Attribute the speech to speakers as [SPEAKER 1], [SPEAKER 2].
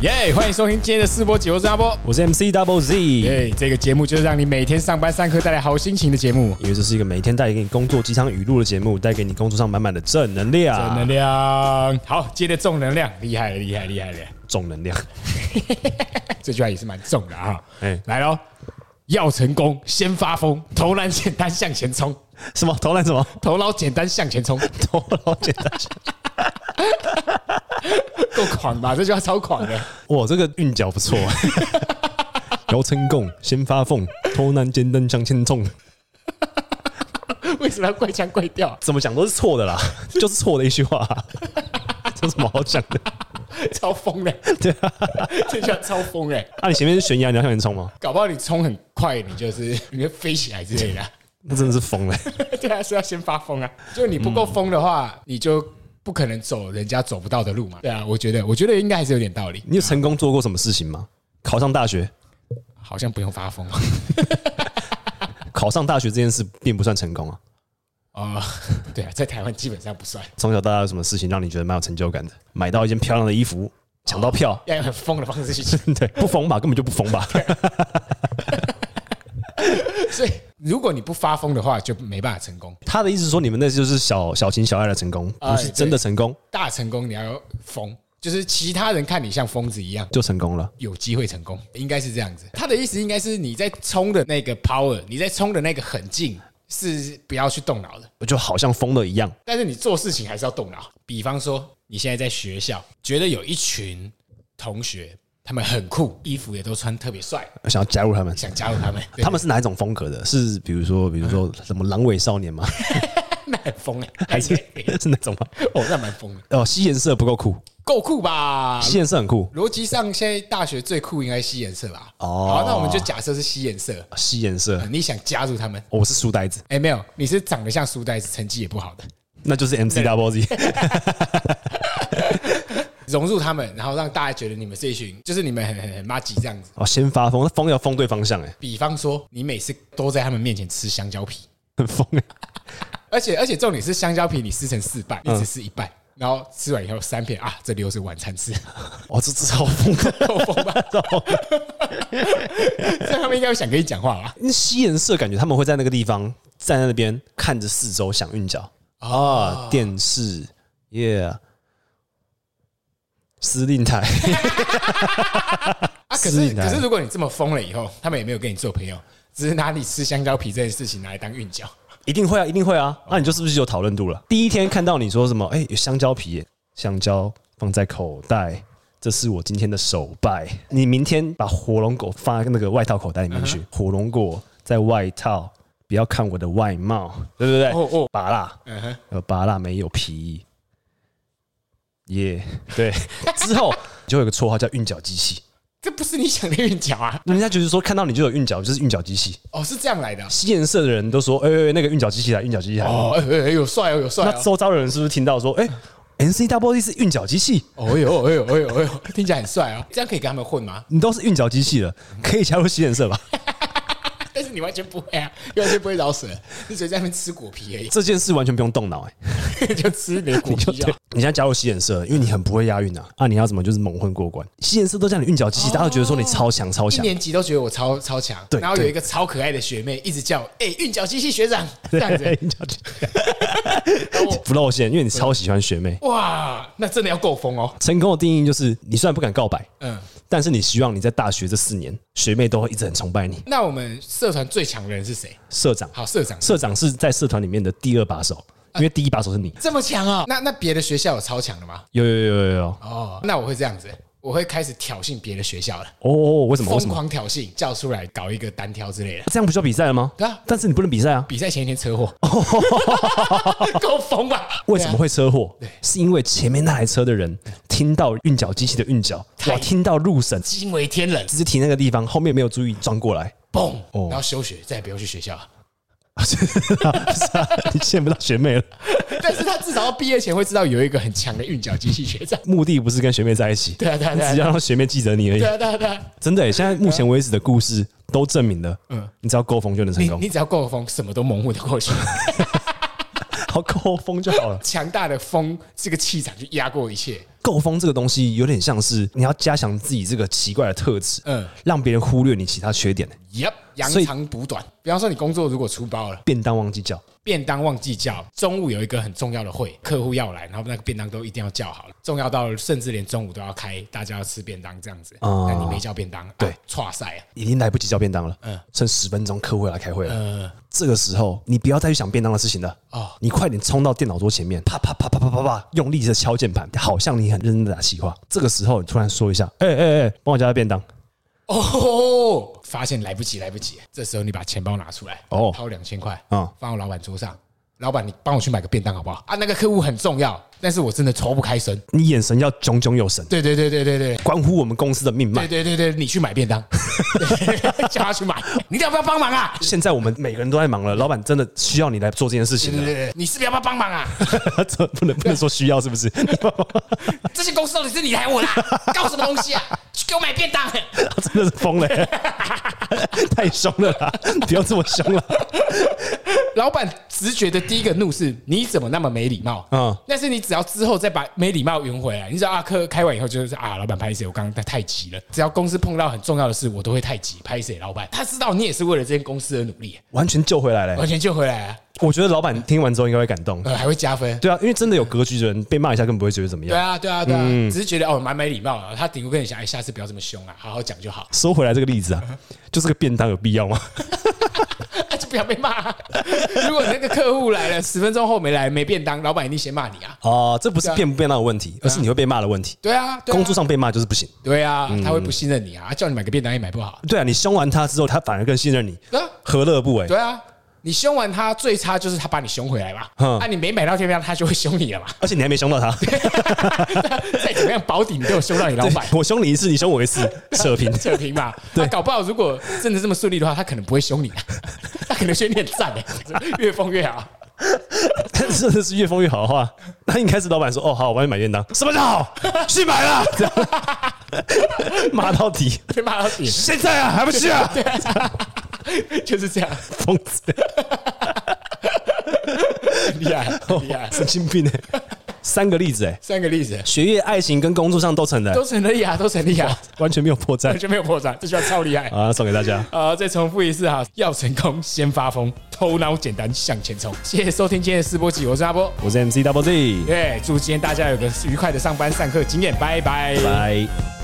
[SPEAKER 1] 耶欢迎收听今天的四波解忧专播。
[SPEAKER 2] 我是 MC Double Z，因
[SPEAKER 1] 耶这个节目就是让你每天上班上课带来好心情的节目，
[SPEAKER 2] 为这是一个每天带给你工作鸡汤语录的节目，带给你工作上满满的正能量，
[SPEAKER 1] 正能量。好，接着重能量，厉害了，厉害，厉害了。
[SPEAKER 2] 正能量。
[SPEAKER 1] 这句话也是蛮重的啊。
[SPEAKER 2] 哎
[SPEAKER 1] 来喽，要成功先发疯，投篮简单向前冲，
[SPEAKER 2] 什么？投篮什么？
[SPEAKER 1] 头脑简单向前冲，
[SPEAKER 2] 投篮简单。
[SPEAKER 1] 够狂吧？这句话超狂的。
[SPEAKER 2] 哇，这个韵脚不 错。摇成功，先发疯，投篮简单向前冲。
[SPEAKER 1] 为什么要怪腔怪调啊？
[SPEAKER 2] 怎么讲都是错 的啦，就是错的一句 话。这有什么好讲的？
[SPEAKER 1] 超疯的，
[SPEAKER 2] 对啊，
[SPEAKER 1] 这句话超疯哎！
[SPEAKER 2] 啊，你前面是悬崖，你要向前冲吗？
[SPEAKER 1] 搞不好你冲很快，你就是你会飞起来之类的啊。
[SPEAKER 2] 那真的是疯了。
[SPEAKER 1] 对啊，是要先发疯啊！就你不够疯的话，你就不可能走人家走不到的路嘛。对啊，我觉得，我觉得应该还是有点道理。
[SPEAKER 2] 你有成功做过什么事情吗？考上大学，
[SPEAKER 1] 好像不用发疯
[SPEAKER 2] 考上大学这件事并不算成功啊。
[SPEAKER 1] 啊、 对啊，在台湾基本上不算，
[SPEAKER 2] 从小到大有什么事情让你觉得蛮有成就感的？买到一件漂亮的衣服，抢到 票，
[SPEAKER 1] 要用很疯的方式去 做。
[SPEAKER 2] 对，不疯吧，根本就不疯 吧。
[SPEAKER 1] 所以，如果你不发疯的话，就没办法成功。
[SPEAKER 2] 他的意思是说，你们那就是小小情小爱的成功，
[SPEAKER 1] 哎
[SPEAKER 2] 不是真的成功
[SPEAKER 1] 大成功你要疯，就是其他人看你像疯子一样，
[SPEAKER 2] 就成功了。
[SPEAKER 1] 有机会成功，应该是这样子。他的意思应该是你在冲的那个 power，你在冲的那个很劲是不要去动脑的。
[SPEAKER 2] 我就好像疯了一样，
[SPEAKER 1] 但是你做事情还是要动脑。比方说，你现在在学校，觉得有一群同学他们很酷，衣服也都穿特别帅，
[SPEAKER 2] 想要加入他们。
[SPEAKER 1] 想加入他们， 对
[SPEAKER 2] 他们是哪一种风格的？是比如说，比如说什么狼尾少年吗？
[SPEAKER 1] 那很疯哎、
[SPEAKER 2] 嗯 还是 是那种吗？
[SPEAKER 1] 哦，那蛮疯的，
[SPEAKER 2] 哦，西颜色不够酷，
[SPEAKER 1] 够酷吧？
[SPEAKER 2] 西颜色很酷，
[SPEAKER 1] 逻辑上，现在大学最酷应该是西颜色吧？
[SPEAKER 2] 哦
[SPEAKER 1] 好，那我们就假设是西颜色，
[SPEAKER 2] 西哦颜色。
[SPEAKER 1] 你想加入他们？
[SPEAKER 2] 哦我是书呆子，
[SPEAKER 1] 哎，没有，你是长得像书呆子，成绩也不好的，
[SPEAKER 2] 那就是 MC Double Z。
[SPEAKER 1] 融入他们，然后让大家觉得你们是一群，就是你们很很很垃圾这样子。
[SPEAKER 2] 哦，先发疯，那疯要疯对方向， 哎，
[SPEAKER 1] 比方说，你每次都在他们面前吃香蕉皮，
[SPEAKER 2] 很疯哎。
[SPEAKER 1] 而且而且重点是香蕉皮你撕成四瓣，你只撕一半，然后吃完以后三片啊，这留着晚餐吃，
[SPEAKER 2] 哦，这这好疯的。
[SPEAKER 1] 够疯吧？这样他们应该会想跟你讲话吧？
[SPEAKER 2] 那西颜社感觉他们会在那个地方站在那边看着四周想韵脚
[SPEAKER 1] 哦
[SPEAKER 2] 啊，电视耶司令台
[SPEAKER 1] 啊，可
[SPEAKER 2] 是
[SPEAKER 1] 是
[SPEAKER 2] 的
[SPEAKER 1] 可是如果你这么疯了以后，他们也没有跟你做朋友，只是拿你吃香蕉皮这件事情拿来当韵脚。
[SPEAKER 2] 一定会啊，一定会啊。那你就是不是有讨论度了？第一天看到你说什么？哎，有香蕉皮耶，香蕉放在口袋。这是我今天的手拜。你明天把火龙果放在那个外套口袋里面
[SPEAKER 1] 嗯
[SPEAKER 2] 去。火龙果在外套，不要看我的外貌，对不对？
[SPEAKER 1] 哦哦
[SPEAKER 2] 拔啦，
[SPEAKER 1] 嗯哼，
[SPEAKER 2] 呃，拔蜡没有皮，耶、对。之后你就有个绰号叫韵脚机器，
[SPEAKER 1] 这不是你想的韵脚啊！
[SPEAKER 2] 人家就是说看到你就有韵脚，就是韵脚机器。
[SPEAKER 1] 哦，是这样来的啊。
[SPEAKER 2] 西颜色的人都说，哎、哎哎那个韵脚机器来，韵脚机器来。
[SPEAKER 1] 哦，哎哎哎有帅哦，有帅
[SPEAKER 2] 那
[SPEAKER 1] 哦！
[SPEAKER 2] 周遭的人是不是听到说，哎、n c Double D 是韵脚机器，
[SPEAKER 1] 哦呦，哎呦，哎呦，哎呦，听起来很帅哦。这样可以跟他们混吗？
[SPEAKER 2] 你都是韵脚机器了，可以加入西颜色吧？
[SPEAKER 1] 但是你完全不会啊，你完全不会饶舌，你只是在那边吃果皮而
[SPEAKER 2] 这件事完全不用动脑、哎，
[SPEAKER 1] 已， 就吃你的果
[SPEAKER 2] 你就
[SPEAKER 1] 皮就好
[SPEAKER 2] 对。，你现在加入西颜色，因为你很不会押韵啊，啊，你要怎么就是蒙混过关？西颜色都叫你韵脚机器，大家都觉得说你超强超
[SPEAKER 1] 一
[SPEAKER 2] 强，
[SPEAKER 1] 年级都觉得我超超强，
[SPEAKER 2] 对
[SPEAKER 1] 然后有
[SPEAKER 2] 对
[SPEAKER 1] 一个超可爱的学妹一直叫我，哎、韵脚机器学长这样子，
[SPEAKER 2] 对，韵脚机 器不露馅，因为你超喜欢学妹。
[SPEAKER 1] 哇，那真的要够疯哦，
[SPEAKER 2] 成功的定义就是，你虽然不敢告白，
[SPEAKER 1] 嗯。
[SPEAKER 2] 但是你希望你在大学这四年，学妹都会一直很崇拜你。
[SPEAKER 1] 那我们社团最强的人是谁？
[SPEAKER 2] 社长，
[SPEAKER 1] 好，社呃长
[SPEAKER 2] 社长是在社团里面的第二把手，因为第一把手是你。
[SPEAKER 1] 这么强哦，那那别的学校有超强的吗？
[SPEAKER 2] 有有有有有有
[SPEAKER 1] 哦，那我会这样子，我会开始挑衅别的学校了，
[SPEAKER 2] 哦哦，为什么？为
[SPEAKER 1] 疯
[SPEAKER 2] 什么？
[SPEAKER 1] 狂挑衅，叫出来搞一个单挑之类的。
[SPEAKER 2] 这样不就比赛了吗？
[SPEAKER 1] 对啊
[SPEAKER 2] 但是你不能比赛啊！
[SPEAKER 1] 比赛前一天车祸， 够疯吧？
[SPEAKER 2] 哦为什么
[SPEAKER 1] 对啊？
[SPEAKER 2] 会车祸？是因为前面那台车的人听到韵脚机器的韵脚，哇，听到入神，
[SPEAKER 1] 惊为天人，
[SPEAKER 2] 直接停那个地方，后面没有注意撞过 来，
[SPEAKER 1] 嘣！
[SPEAKER 2] 哦
[SPEAKER 1] 然后休学，再也不用去学校了。
[SPEAKER 2] 你见不到学妹了。
[SPEAKER 1] 但是他至少要毕业前会知道有一个很强的韵脚机器学长。
[SPEAKER 2] 目的不是跟学妹在一起，
[SPEAKER 1] 对啊对啊对啊
[SPEAKER 2] 只要让学妹记得你而已
[SPEAKER 1] 对。啊对啊对啊，
[SPEAKER 2] 真的耶，现在目前为止的故事都证明了，嗯，你只要够疯就能成
[SPEAKER 1] 你
[SPEAKER 2] 功，
[SPEAKER 1] 你只要够疯，什么都蒙混的过去。 。
[SPEAKER 2] 好够疯就好了
[SPEAKER 1] 强大的风这个气场去压过一切，
[SPEAKER 2] 够疯这个东西有点像是你要加强自己这个奇怪的特质，
[SPEAKER 1] 嗯
[SPEAKER 2] 让别人忽略你其他缺点。
[SPEAKER 1] ，Yep，扬
[SPEAKER 2] 所以
[SPEAKER 1] 长补短。比方说，你工作如果出包了，
[SPEAKER 2] 便当忘记叫，
[SPEAKER 1] 便当忘记叫，中午有一个很重要的会，客户要来，然后那个便当都一定要叫好了，重要到甚至连中午都要开，大家要吃便当这样子。
[SPEAKER 2] 哦
[SPEAKER 1] 那你没叫便当，
[SPEAKER 2] 对
[SPEAKER 1] 啊，岔赛啊，
[SPEAKER 2] 已经来不及叫便当了。
[SPEAKER 1] 嗯
[SPEAKER 2] 剩十分钟，客户要来开会了。
[SPEAKER 1] 呃，
[SPEAKER 2] 这个时候，你不要再去想便当的事情了。
[SPEAKER 1] 哦
[SPEAKER 2] 你快点冲到电脑桌前面，啪啪啪啪啪啪啪，用力的敲键盘，好像你很认真的打企划。这个时候，你突然说一下：“哎哎哎，帮我加个便当。
[SPEAKER 1] 哦，发现来不及，来不及，这时候你把钱包拿出来，
[SPEAKER 2] 哦
[SPEAKER 1] 哦，掏两千块，
[SPEAKER 2] 嗯
[SPEAKER 1] 嗯，放我老板桌上。老板，你帮我去买个便当好不好？啊，那个客户很重要，但是我真的抽不开身。”
[SPEAKER 2] 你眼神要炯炯有神，
[SPEAKER 1] 对对对对对对，
[SPEAKER 2] 关乎我们公司的命脉
[SPEAKER 1] 对。对对对，你去买便当， 叫他去买，你要不要帮忙 啊？
[SPEAKER 2] 现在我们每个人都在忙了，老板真的需要你来做这件事
[SPEAKER 1] 对
[SPEAKER 2] 情
[SPEAKER 1] 对
[SPEAKER 2] 了。
[SPEAKER 1] 对对，你是不是要不要帮忙啊？
[SPEAKER 2] 这不能不能说需要，是不是？
[SPEAKER 1] 这些公司到底是你来我啦？搞什么东西啊？去给我买便当！
[SPEAKER 2] 真的是疯了、 欸，太凶了啦！不要这么凶了。
[SPEAKER 1] 老板直觉的第一个怒是：你怎么那么没礼貌？
[SPEAKER 2] 嗯
[SPEAKER 1] 嗯，但是你只要之后再把没礼貌圆回来，你只要啊客开完以后就是啊，老板拍谁？我刚刚太急了。只要公司碰到很重要的事，我都会太急拍谁？老板他知道你也是为了这间公司而努 力，
[SPEAKER 2] 完全救回来了欸、
[SPEAKER 1] 完全救回来啊，
[SPEAKER 2] 我觉得老板听完之后应该会感动。
[SPEAKER 1] 呃，还会加分。
[SPEAKER 2] 对啊，因为真的有格局的人被骂一下更不会觉得怎么
[SPEAKER 1] 对
[SPEAKER 2] 样。
[SPEAKER 1] 啊，对啊，对啊，
[SPEAKER 2] 嗯
[SPEAKER 1] 只是觉得哦，蛮没礼貌的。他顶多跟你讲，哎，下次不要这么凶啊，好好讲就好，
[SPEAKER 2] 说回来这个例子啊，就是个便当有必要吗？
[SPEAKER 1] 啊就不要被骂啊、如果那个客户来了，十分钟后没来，没便当，老板一定先骂你啊。
[SPEAKER 2] 哦，这不是便不便当的问题，而是你会被骂的问题。
[SPEAKER 1] 对啊，对啊
[SPEAKER 2] 工作上被骂就是不行。
[SPEAKER 1] 对啊，他会不信任你啊，叫你买个便当也买不好。
[SPEAKER 2] 对啊，你凶完他之后，他反而更信任你，
[SPEAKER 1] 对啊，
[SPEAKER 2] 何乐不为？
[SPEAKER 1] 对啊，你凶完他，最差就是他把你凶回来嘛。
[SPEAKER 2] 嗯
[SPEAKER 1] 啊，你没买到便当，他就会凶你了嘛。
[SPEAKER 2] 而且你还没凶到 他，。
[SPEAKER 1] 再怎么样保底，你都有凶到你老板
[SPEAKER 2] 我凶你一次，你凶我一 次，扯平。
[SPEAKER 1] 扯平嘛，他搞不好如果真的这么顺利的话，他可能不会凶你、啊，他可能觉得你很赞欸越疯越好。
[SPEAKER 2] 但真的是越疯越好的话，那一开始老板说：“哦，好，我帮你买便当。”什么叫好？去买啦！这样 骂到底，
[SPEAKER 1] 被骂到底，
[SPEAKER 2] 现在啊，还不去 啊？
[SPEAKER 1] 就是这样，
[SPEAKER 2] 疯子，
[SPEAKER 1] 很厉害，很厉害。
[SPEAKER 2] 神经病哎！三个例子哎，
[SPEAKER 1] 三个例子
[SPEAKER 2] 学业、爱情跟工作上都成的，
[SPEAKER 1] 都成立啊，都成立啊，
[SPEAKER 2] 完全没有破绽
[SPEAKER 1] 完全没有破绽，这句话超厉害。
[SPEAKER 2] 啊！送给大家，
[SPEAKER 1] 呃，再重复一次哈，要成功先发疯，头脑简单向前冲。谢谢收听今天的试播集，我是阿波，
[SPEAKER 2] 我是 MC Double Z，
[SPEAKER 1] 耶、祝今天大家有个愉快的上班上课经验，拜拜
[SPEAKER 2] 拜。